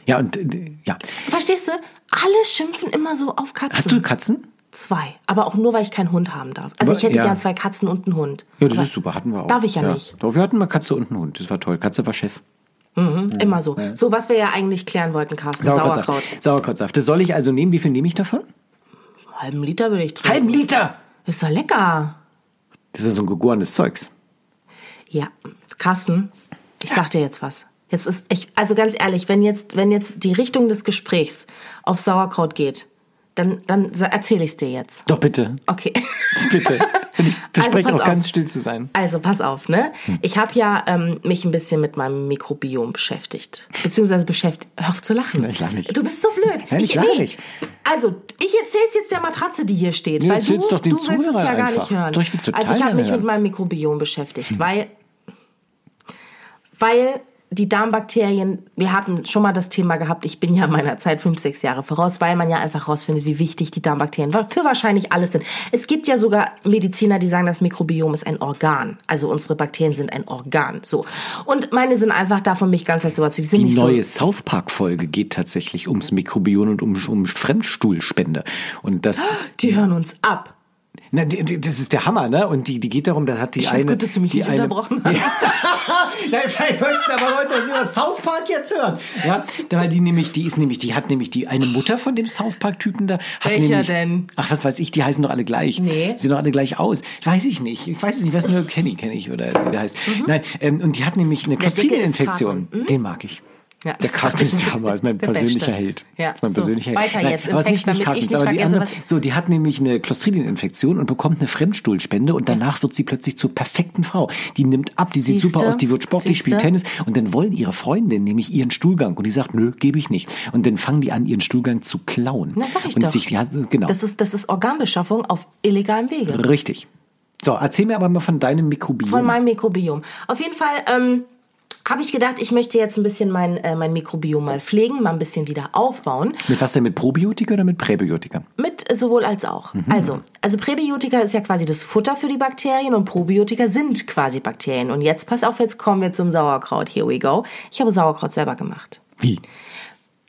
Speaker 1: Ja, und äh, ja.
Speaker 2: Verstehst du? Alle schimpfen immer so auf Katzen.
Speaker 1: Hast du Katzen?
Speaker 2: zwei? Aber auch nur, weil ich keinen Hund haben darf. Also
Speaker 1: Aber-
Speaker 2: ich hätte
Speaker 1: ja.
Speaker 2: gern zwei Katzen und einen Hund.
Speaker 1: Ja, das
Speaker 2: Aber
Speaker 1: ist super, hatten wir auch.
Speaker 2: Darf ich ja, nicht.
Speaker 1: Doch, wir hatten mal Katze und einen Hund. Das war toll. Katze war Chef.
Speaker 2: Mhm. Immer so. So, was wir ja eigentlich klären wollten, Carsten. Sauerkraut.
Speaker 1: Sauerkrautsaft. Sauerkrautsaft. Das soll ich also nehmen. Wie viel nehme ich davon?
Speaker 2: Halben Liter würde ich trinken.
Speaker 1: Halben Liter!
Speaker 2: Ist doch lecker.
Speaker 1: Das ist ja so ein gegorenes Zeugs.
Speaker 2: Ja, Carsten, ich sag dir jetzt was. Jetzt ist ich, also ganz ehrlich, wenn jetzt, wenn jetzt die Richtung des Gesprächs auf Sauerkraut geht, dann, dann erzähle ich es dir jetzt.
Speaker 1: Doch, bitte.
Speaker 2: Okay.
Speaker 1: Bitte. Und ich verspreche
Speaker 2: Also pass
Speaker 1: auch
Speaker 2: auf.
Speaker 1: ganz still zu sein.
Speaker 2: Also pass auf, ne? Ich habe ja ähm, mich ein bisschen mit meinem Mikrobiom beschäftigt. Beziehungsweise beschäftigt. Hör auf zu lachen.
Speaker 1: Nein, ich lach nicht.
Speaker 2: Du bist so blöd.
Speaker 1: Nein, ich lache
Speaker 2: nee.
Speaker 1: nicht.
Speaker 2: Also, ich erzähl's jetzt der Matratze, die hier steht.
Speaker 1: Nee,
Speaker 2: weil du,
Speaker 1: erzähl's doch den
Speaker 2: du willst es ja
Speaker 1: Zuhörern
Speaker 2: gar nicht
Speaker 1: einfach.
Speaker 2: hören.
Speaker 1: Doch, ich will's total
Speaker 2: also ich habe
Speaker 1: gerne
Speaker 2: mich mit
Speaker 1: hören.
Speaker 2: meinem Mikrobiom beschäftigt, weil, weil die Darmbakterien, wir haben schon mal das Thema gehabt, ich bin ja meiner Zeit fünf, sechs Jahre voraus, weil man ja einfach rausfindet, wie wichtig die Darmbakterien für wahrscheinlich alles sind. Es gibt ja sogar Mediziner, die sagen, das Mikrobiom ist ein Organ. Also unsere Bakterien sind ein Organ. So. Und meine sind einfach davon mich ganz fest überzeugt. Die sind
Speaker 1: Die
Speaker 2: nicht so
Speaker 1: neue South Park-Folge geht tatsächlich ums Mikrobion und um, um Fremdstuhlspende. Und das.
Speaker 2: die hören uns ab.
Speaker 1: Na, die, die, das ist der Hammer, ne? Und die, die geht darum, da hat die
Speaker 2: Ich
Speaker 1: eine.
Speaker 2: find's gut, dass du mich
Speaker 1: die
Speaker 2: nicht unterbrochen hast.
Speaker 1: Nein, vielleicht möchten aber Leute das über South Park jetzt hören. Ja, da, weil die nämlich, die ist nämlich, die hat nämlich die eine Mutter von dem South Park-Typen da. Hat
Speaker 2: Welcher
Speaker 1: nämlich,
Speaker 2: denn?
Speaker 1: Ach, was weiß ich, die heißen doch alle gleich.
Speaker 2: Nee.
Speaker 1: Sehen doch alle gleich aus. Weiß ich nicht. Ich weiß es nicht, was nur Kenny kenne ich oder wie der heißt. Nein, ähm, und die hat nämlich eine
Speaker 2: Mhm. Der Dicke ist
Speaker 1: Chlamydieninfektion.
Speaker 2: Carmen.
Speaker 1: Den mag ich.
Speaker 2: Ja,
Speaker 1: der
Speaker 2: ist
Speaker 1: Carmen ist
Speaker 2: der-
Speaker 1: der Hammer, ist mein
Speaker 2: ist der
Speaker 1: persönlicher
Speaker 2: Beste.
Speaker 1: Held.
Speaker 2: Ja,
Speaker 1: ist mein
Speaker 2: so,
Speaker 1: persönlicher Held.
Speaker 2: weiter jetzt im
Speaker 1: aber es ist
Speaker 2: Text, damit ich
Speaker 1: Carmen,
Speaker 2: nicht
Speaker 1: aber die
Speaker 2: vergesse,
Speaker 1: andere,
Speaker 2: was-
Speaker 1: so, die hat nämlich eine Clostridieninfektion und bekommt eine Fremdstuhlspende und danach wird sie plötzlich zur perfekten Frau. Die nimmt ab, die sieht
Speaker 2: Siehste?
Speaker 1: super aus, die wird sportlich, spielt
Speaker 2: Siehste?
Speaker 1: Tennis und dann wollen ihre Freundin nämlich ihren Stuhlgang und die sagt, nö, gebe ich nicht. Und dann fangen die an, ihren Stuhlgang zu klauen.
Speaker 2: Na, sag ich
Speaker 1: und
Speaker 2: doch.
Speaker 1: Sich, ja, genau.
Speaker 2: Das ist, das ist Organbeschaffung auf illegalem Wege.
Speaker 1: Richtig. So, erzähl mir aber mal von deinem Mikrobiom.
Speaker 2: Von meinem Mikrobiom. Auf jeden Fall ähm, habe ich gedacht, ich möchte jetzt ein bisschen mein, äh, mein Mikrobiom mal pflegen, mal ein bisschen wieder aufbauen.
Speaker 1: mit was denn? Mit Probiotika oder mit Präbiotika?
Speaker 2: Mit äh, sowohl als auch.
Speaker 1: Mhm.
Speaker 2: Also, also Präbiotika ist ja quasi das Futter für die Bakterien und Probiotika sind quasi Bakterien. Und jetzt, pass auf, jetzt kommen wir zum Sauerkraut. Here we go. Ich habe Sauerkraut selber gemacht.
Speaker 1: Wie?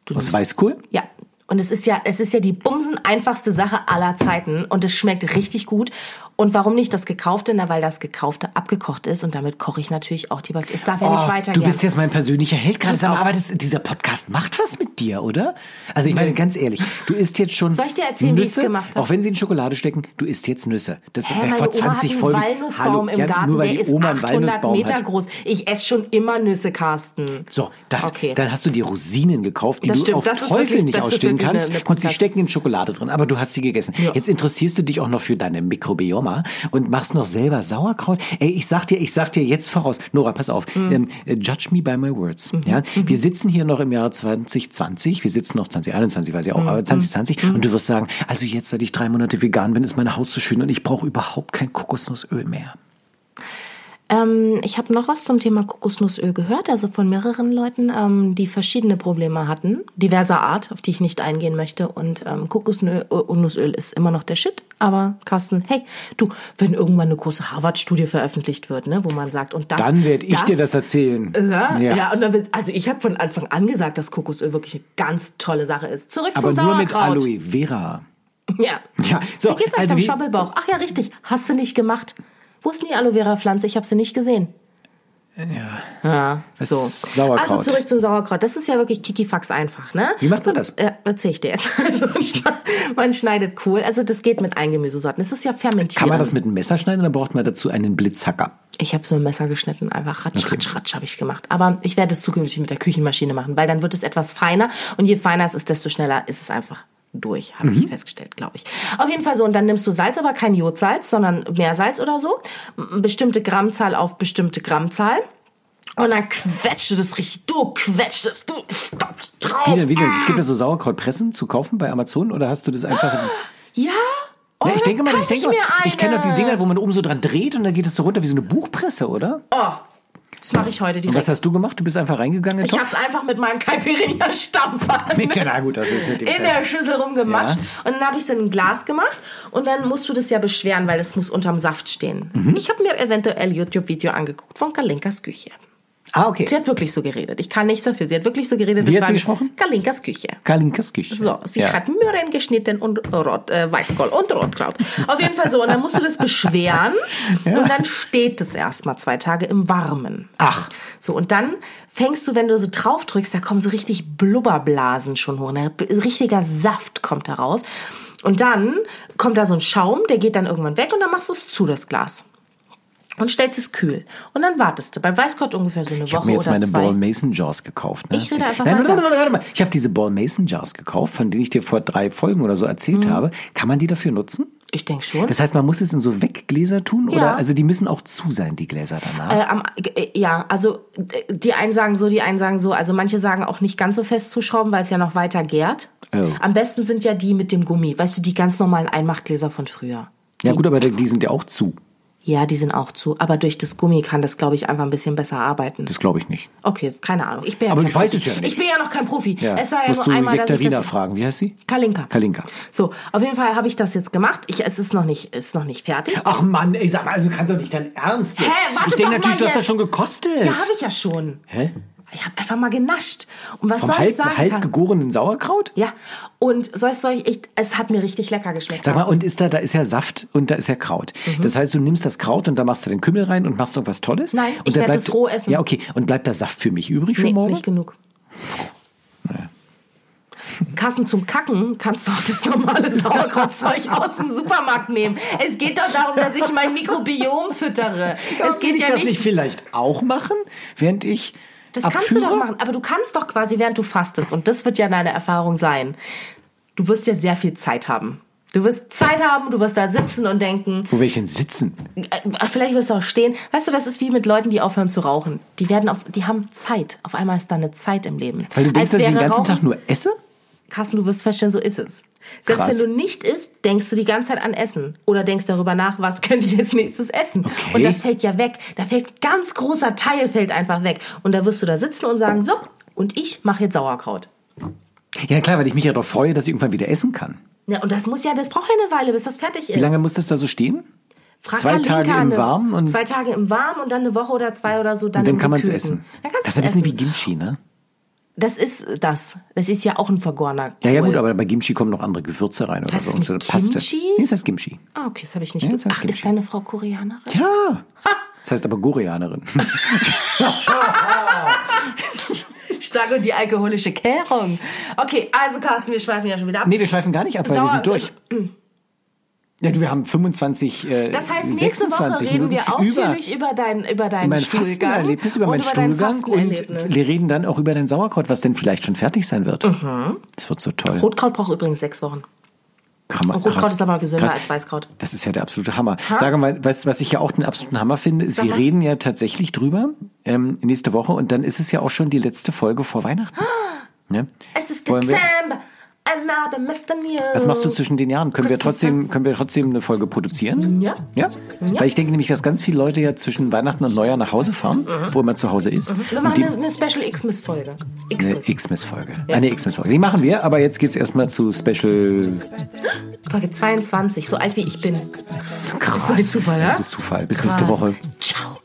Speaker 2: Du
Speaker 1: Aus
Speaker 2: nimmst-
Speaker 1: Weißkohl?
Speaker 2: Ja. Und es ist ja, es ist ja die bumsen einfachste Sache aller Zeiten und es schmeckt richtig gut. Und warum nicht das Gekaufte? Na, weil das Gekaufte abgekocht ist und damit koche ich natürlich auch die Bakterien. Es darf ja nicht
Speaker 1: Oh,
Speaker 2: weitergehen.
Speaker 1: du bist jetzt mein persönlicher Held gerade,
Speaker 2: Pass
Speaker 1: sag mal,
Speaker 2: auf.
Speaker 1: aber das, dieser Podcast macht was mit dir, oder? Also ich meine ganz ehrlich, du isst jetzt schon
Speaker 2: Soll ich dir erzählen, wie ich's
Speaker 1: Nüsse,
Speaker 2: gemacht hab?
Speaker 1: auch wenn sie in Schokolade stecken, du isst jetzt Nüsse. Das
Speaker 2: Hä, meine
Speaker 1: vor
Speaker 2: Oma hat
Speaker 1: 20
Speaker 2: einen
Speaker 1: Folgen.
Speaker 2: Walnussbaum
Speaker 1: Hallo,
Speaker 2: im
Speaker 1: ja,
Speaker 2: Garten,
Speaker 1: nur weil
Speaker 2: der
Speaker 1: die Oma einen
Speaker 2: ist 800
Speaker 1: Walnussbaum
Speaker 2: Meter
Speaker 1: hat.
Speaker 2: groß. Ich esse schon immer Nüsse, Carsten.
Speaker 1: So, das,
Speaker 2: Okay.
Speaker 1: dann hast du die Rosinen gekauft, die
Speaker 2: Das
Speaker 1: du
Speaker 2: stimmt,
Speaker 1: auf
Speaker 2: das ist
Speaker 1: Teufel
Speaker 2: wirklich-
Speaker 1: nicht
Speaker 2: das ist
Speaker 1: ausstehen
Speaker 2: wirklich
Speaker 1: kannst.
Speaker 2: eine- eine
Speaker 1: und sie
Speaker 2: Podcast-
Speaker 1: stecken in Schokolade drin, aber du hast sie gegessen.
Speaker 2: Ja.
Speaker 1: Jetzt interessierst du dich auch noch für deine Mikrobioma und machst noch selber Sauerkraut. Ey, ich sag dir, ich sag dir jetzt voraus, Nora, pass auf,
Speaker 2: Mhm.
Speaker 1: ähm, äh, judge me by my words. Ja? Wir sitzen hier noch im Jahre 2020, wir sitzen noch 2021, weiß ich
Speaker 2: Mhm.
Speaker 1: auch, aber 2020 und du wirst sagen, also jetzt, seit ich drei Monate vegan bin, ist meine Haut so schön und ich brauche überhaupt kein Kokosnussöl mehr.
Speaker 2: Ähm, ich habe noch was zum Thema Kokosnussöl gehört, also von mehreren Leuten, ähm, die verschiedene Probleme hatten, diverser Art, auf die ich nicht eingehen möchte. Und ähm, Kokosnussöl äh, Nussöl ist immer noch der Shit. Aber Carsten, hey, du, wenn irgendwann eine große Harvard-Studie veröffentlicht wird, ne, wo man sagt, und das, Äh,
Speaker 1: Dann werd ich dir das erzählen.
Speaker 2: Ja,
Speaker 1: Ja.
Speaker 2: ja. und dann wird, also ich habe von Anfang an gesagt, dass Kokosöl wirklich eine ganz tolle Sache ist. Zurück
Speaker 1: Aber
Speaker 2: zum
Speaker 1: nur mit
Speaker 2: Sauerkraut.
Speaker 1: Aloe Vera.
Speaker 2: Ja.
Speaker 1: Ja, so,
Speaker 2: Wie geht's euch
Speaker 1: also
Speaker 2: beim
Speaker 1: wie-
Speaker 2: Schwabbelbauch? Ach ja, richtig. Hast du nicht gemacht. Wo ist denn die Aloe Vera Pflanze? Ich habe sie nicht gesehen. Ja. Ja,
Speaker 1: Das
Speaker 2: so.
Speaker 1: Sauerkraut.
Speaker 2: Also zurück zum Sauerkraut. Das ist ja wirklich Kikifax einfach, ne?
Speaker 1: Wie macht man das?
Speaker 2: Äh, erzähl ich dir jetzt. Also, man schne- man schneidet Kohl. Also das geht mit Eingemüsesorten. Das ist ja fermentieren.
Speaker 1: Kann man das mit einem Messer schneiden oder braucht man dazu einen Blitzhacker?
Speaker 2: Ich habe es mit dem Messer geschnitten, einfach ratsch, ratsch, ratsch habe ich gemacht. Aber ich werde es zukünftig mit der Küchenmaschine machen, weil dann wird es etwas feiner und je feiner es ist, desto schneller ist es einfach durch, habe
Speaker 1: Mhm.
Speaker 2: ich festgestellt, glaube ich. Auf jeden Fall so, und dann nimmst du Salz, aber kein Jodsalz, sondern Meersalz oder so. M- Bestimmte Grammzahl auf bestimmte Grammzahl. Und dann quetscht du das richtig, du quetscht es, du stoppst drauf.
Speaker 1: Wie denn, wie denn? Es gibt ja so Sauerkrautpressen zu kaufen bei Amazon oder hast du das einfach.
Speaker 2: Ja? Oh,
Speaker 1: Ja, ich denke mal,
Speaker 2: dann
Speaker 1: ich denke mal,
Speaker 2: kaufe mir
Speaker 1: ich kenne doch
Speaker 2: eine.
Speaker 1: die Dinger, wo man oben so dran dreht und dann geht es so runter wie so eine Buchpresse, oder?
Speaker 2: Oh, das mache ich heute direkt.
Speaker 1: Was hast du gemacht? Du bist einfach reingegangen, in den
Speaker 2: Ich
Speaker 1: Topf?
Speaker 2: hab's einfach mit meinem Caipirinha-Stampfer ne?
Speaker 1: Mit der- na gut, das ist mit dem
Speaker 2: in der Schüssel rumgematscht.
Speaker 1: Ja.
Speaker 2: Und dann habe ich es in ein Glas gemacht. Und dann musst du das ja beschweren, weil das muss unterm Saft stehen.
Speaker 1: Mhm.
Speaker 2: Ich habe mir eventuell YouTube-Video angeguckt von Kalinkas Küche.
Speaker 1: Ah, okay.
Speaker 2: Sie hat wirklich so geredet. Ich kann nichts dafür. Sie hat wirklich so geredet.
Speaker 1: Wie
Speaker 2: Das
Speaker 1: hat sie
Speaker 2: war
Speaker 1: gesprochen?
Speaker 2: Kalinkas Küche.
Speaker 1: Kalinkaskisch.
Speaker 2: So, sie hat Möhren geschnitten und Rot, äh, Weißkohl und Rotkraut. Auf jeden Fall so. Und dann musst du das beschweren. Und dann steht es erstmal zwei Tage im Warmen.
Speaker 1: Ach.
Speaker 2: So, und dann fängst du, wenn du so drauf drückst, da kommen so richtig Blubberblasen schon hoch. Ein richtiger Saft kommt da raus. Und dann kommt da so ein Schaum, der geht dann irgendwann weg und dann machst du es zu, das Glas. Und stellst es kühl. Und dann wartest du. Beim Weißkohl ungefähr so eine
Speaker 1: Ich habe
Speaker 2: Woche
Speaker 1: mir jetzt
Speaker 2: oder
Speaker 1: meine
Speaker 2: zwei.
Speaker 1: Ball Mason Jars gekauft. Ne?
Speaker 2: Ich rede einfach
Speaker 1: Nein, warte,
Speaker 2: weiter.
Speaker 1: warte, warte, warte mal. Ich habe diese Ball Mason Jars gekauft, von denen ich dir vor drei Folgen oder so erzählt
Speaker 2: Mhm.
Speaker 1: habe. Kann man die dafür nutzen?
Speaker 2: ich denke schon.
Speaker 1: Das heißt, man muss es in so Weggläser tun? Oder?
Speaker 2: Ja.
Speaker 1: Also die müssen auch zu sein, die Gläser danach.
Speaker 2: Äh, am, äh, ja, also äh, die einen sagen so, die einen sagen so. Also manche sagen auch nicht ganz so fest zuschrauben, weil es ja noch weiter gärt.
Speaker 1: Oh.
Speaker 2: Am besten sind ja die mit dem Gummi. Weißt du, die ganz normalen Einmachgläser von früher.
Speaker 1: ja gut, aber die sind ja auch zu.
Speaker 2: Ja, die sind auch zu. Aber durch das Gummi kann das, glaube ich, einfach ein bisschen besser arbeiten.
Speaker 1: Das glaube ich nicht.
Speaker 2: Okay, keine Ahnung. Ich bin ja
Speaker 1: Aber
Speaker 2: kein
Speaker 1: ich weiß
Speaker 2: Profi.
Speaker 1: es ja nicht.
Speaker 2: Ich bin ja noch kein Profi.
Speaker 1: Ja.
Speaker 2: Es war ja
Speaker 1: Musst
Speaker 2: nur
Speaker 1: du
Speaker 2: einmal, dass ich
Speaker 1: Jektarina
Speaker 2: das...
Speaker 1: fragen. Wie heißt sie?
Speaker 2: Kalinka.
Speaker 1: Kalinka.
Speaker 2: So, auf jeden Fall habe ich das jetzt gemacht. Ich, es ist noch nicht, ist noch nicht fertig.
Speaker 1: Ach Mann, ey, sag mal, also kannst du nicht dein Ernst jetzt.
Speaker 2: Hä, warte
Speaker 1: ich denke
Speaker 2: doch mal
Speaker 1: natürlich, du hast das
Speaker 2: jetzt.
Speaker 1: schon gekostet.
Speaker 2: Ja, habe ich ja schon.
Speaker 1: Hä?
Speaker 2: Ich habe einfach mal genascht. Und was
Speaker 1: Vom
Speaker 2: soll
Speaker 1: halb,
Speaker 2: ich sagen?
Speaker 1: halb
Speaker 2: Carsten?
Speaker 1: gegorenen Sauerkraut?
Speaker 2: Ja, und soll ich, soll ich, ich, es hat mir richtig lecker geschmeckt.
Speaker 1: Sag mal,
Speaker 2: Carsten.
Speaker 1: und ist da, da ist ja Saft und da ist ja Kraut.
Speaker 2: Mhm.
Speaker 1: Das heißt, du nimmst das Kraut und da machst du den Kümmel rein und machst irgendwas Tolles?
Speaker 2: Nein,
Speaker 1: und
Speaker 2: ich
Speaker 1: da
Speaker 2: werd
Speaker 1: bleibt-
Speaker 2: das roh essen.
Speaker 1: Ja, okay. Und bleibt da Saft für mich übrig für
Speaker 2: nee,
Speaker 1: morgen?
Speaker 2: nicht genau. genug. Kassen zum Kacken kannst du auch das normale Sauerkrautzeug aus dem Supermarkt nehmen. Es geht doch darum, dass ich mein Mikrobiom füttere. es
Speaker 1: Will
Speaker 2: geht
Speaker 1: ich
Speaker 2: ja
Speaker 1: das
Speaker 2: nicht.
Speaker 1: nicht vielleicht auch machen, während ich
Speaker 2: Das kannst du doch
Speaker 1: abführe?
Speaker 2: machen, aber du kannst doch quasi, während du fastest, und das wird ja deine Erfahrung sein, du wirst ja sehr viel Zeit haben. Du wirst Zeit haben, du wirst da sitzen und denken,
Speaker 1: Wo will ich denn sitzen?
Speaker 2: äh, vielleicht wirst du auch stehen. Weißt du, das ist wie mit Leuten, die aufhören zu rauchen. Die werden auf, die haben Zeit. Auf einmal ist da eine Zeit im Leben.
Speaker 1: Weil du denkst,
Speaker 2: Als
Speaker 1: dass ich den
Speaker 2: wäre
Speaker 1: ganzen
Speaker 2: Rauchen-
Speaker 1: Tag nur esse?
Speaker 2: Carsten, du wirst feststellen, so ist es. Selbst
Speaker 1: Krass.
Speaker 2: wenn du nicht isst, denkst du die ganze Zeit an Essen oder denkst darüber nach, was könnte ich als nächstes essen.
Speaker 1: Okay.
Speaker 2: Und das fällt ja weg. Da fällt ein ganz großer Teil fällt einfach weg. Und da wirst du da sitzen und sagen, so, und ich mache jetzt Sauerkraut.
Speaker 1: Ja, klar, weil ich mich ja darauf freue, dass ich irgendwann wieder essen kann.
Speaker 2: Ja, und das muss ja, das braucht ja eine Weile, bis das fertig ist.
Speaker 1: Wie lange muss das da so stehen?
Speaker 2: Frag
Speaker 1: zwei
Speaker 2: mal Linka
Speaker 1: Tage im
Speaker 2: eine-
Speaker 1: Warmen und-
Speaker 2: zwei Tage im Warmen und dann eine Woche oder zwei oder so dann.
Speaker 1: Und dann
Speaker 2: im
Speaker 1: kann man es
Speaker 2: Gekühlten.
Speaker 1: essen.
Speaker 2: Dann kannst
Speaker 1: Das ist
Speaker 2: du
Speaker 1: ein
Speaker 2: es
Speaker 1: bisschen
Speaker 2: essen.
Speaker 1: wie Gimchi, ne?
Speaker 2: das ist das. Das ist ja auch ein vergorener.
Speaker 1: Ja, ja,
Speaker 2: Kohl.
Speaker 1: gut, aber bei Gimchi kommen noch andere Gewürze rein oder
Speaker 2: Heißt
Speaker 1: so.
Speaker 2: es
Speaker 1: und so
Speaker 2: nicht Kimchi?
Speaker 1: Nee, ist das Gimchi.
Speaker 2: Ah, okay, das habe ich nicht.
Speaker 1: Ja,
Speaker 2: ge-
Speaker 1: das heißt
Speaker 2: Ach, ist
Speaker 1: Kimchi.
Speaker 2: deine Frau Koreanerin?
Speaker 1: Ja. Das heißt aber Koreanerin.
Speaker 2: Stark und die alkoholische Klärung. Okay, also Carsten, wir schweifen ja schon wieder ab.
Speaker 1: nee, wir schweifen gar nicht ab, weil wir
Speaker 2: Sauer- Mm.
Speaker 1: sind durch. Ja, du, wir haben 25, äh,
Speaker 2: Das heißt, nächste
Speaker 1: 26
Speaker 2: Woche reden wir
Speaker 1: Minuten über-
Speaker 2: ausführlich über, dein, über deinen
Speaker 1: mein
Speaker 2: Stuhlgang.
Speaker 1: Fastenerlebnis, über
Speaker 2: und
Speaker 1: meinen
Speaker 2: dein
Speaker 1: Stuhlgang und
Speaker 2: Fastenerlebnis.
Speaker 1: wir reden dann auch über den Sauerkraut, was denn vielleicht schon fertig sein wird.
Speaker 2: Mhm.
Speaker 1: Das wird so toll.
Speaker 2: Rotkraut braucht übrigens sechs Wochen.
Speaker 1: Kann man-
Speaker 2: Und Rotkraut
Speaker 1: krass,
Speaker 2: ist aber gesünder
Speaker 1: krass.
Speaker 2: als Weißkraut.
Speaker 1: Das ist ja der absolute Hammer. Sage mal, was, was ich ja auch den absoluten Hammer finde, ist, wir
Speaker 2: mal.
Speaker 1: reden ja tatsächlich drüber ähm, nächste Woche und dann ist es ja auch schon die letzte Folge vor Weihnachten.
Speaker 2: Ah.
Speaker 1: Ne?
Speaker 2: Es ist
Speaker 1: Wollen wir-
Speaker 2: Dezember. Another Mr.
Speaker 1: Was machst du zwischen den Jahren? Können wir,
Speaker 2: Christmas
Speaker 1: trotzdem, können wir trotzdem eine Folge produzieren?
Speaker 2: Ja.
Speaker 1: Ja? Weil ich denke nämlich, dass ganz viele Leute ja zwischen Weihnachten und Neujahr nach Hause fahren, wo man zu Hause ist.
Speaker 2: Mhm. Wir
Speaker 1: Und
Speaker 2: machen
Speaker 1: die,
Speaker 2: eine, eine Special X-Miss-Folge.
Speaker 1: eine
Speaker 2: X-Miss.
Speaker 1: X-Miss-Folge. Eine X-Miss-Folge. Die machen wir, aber jetzt geht's erstmal zu Special.
Speaker 2: Folge 22, so alt wie ich bin.
Speaker 1: Krass.
Speaker 2: ein Zufall, ja?
Speaker 1: Das ist Zufall. Bis nächste
Speaker 2: Krass.
Speaker 1: Woche.
Speaker 2: Ciao.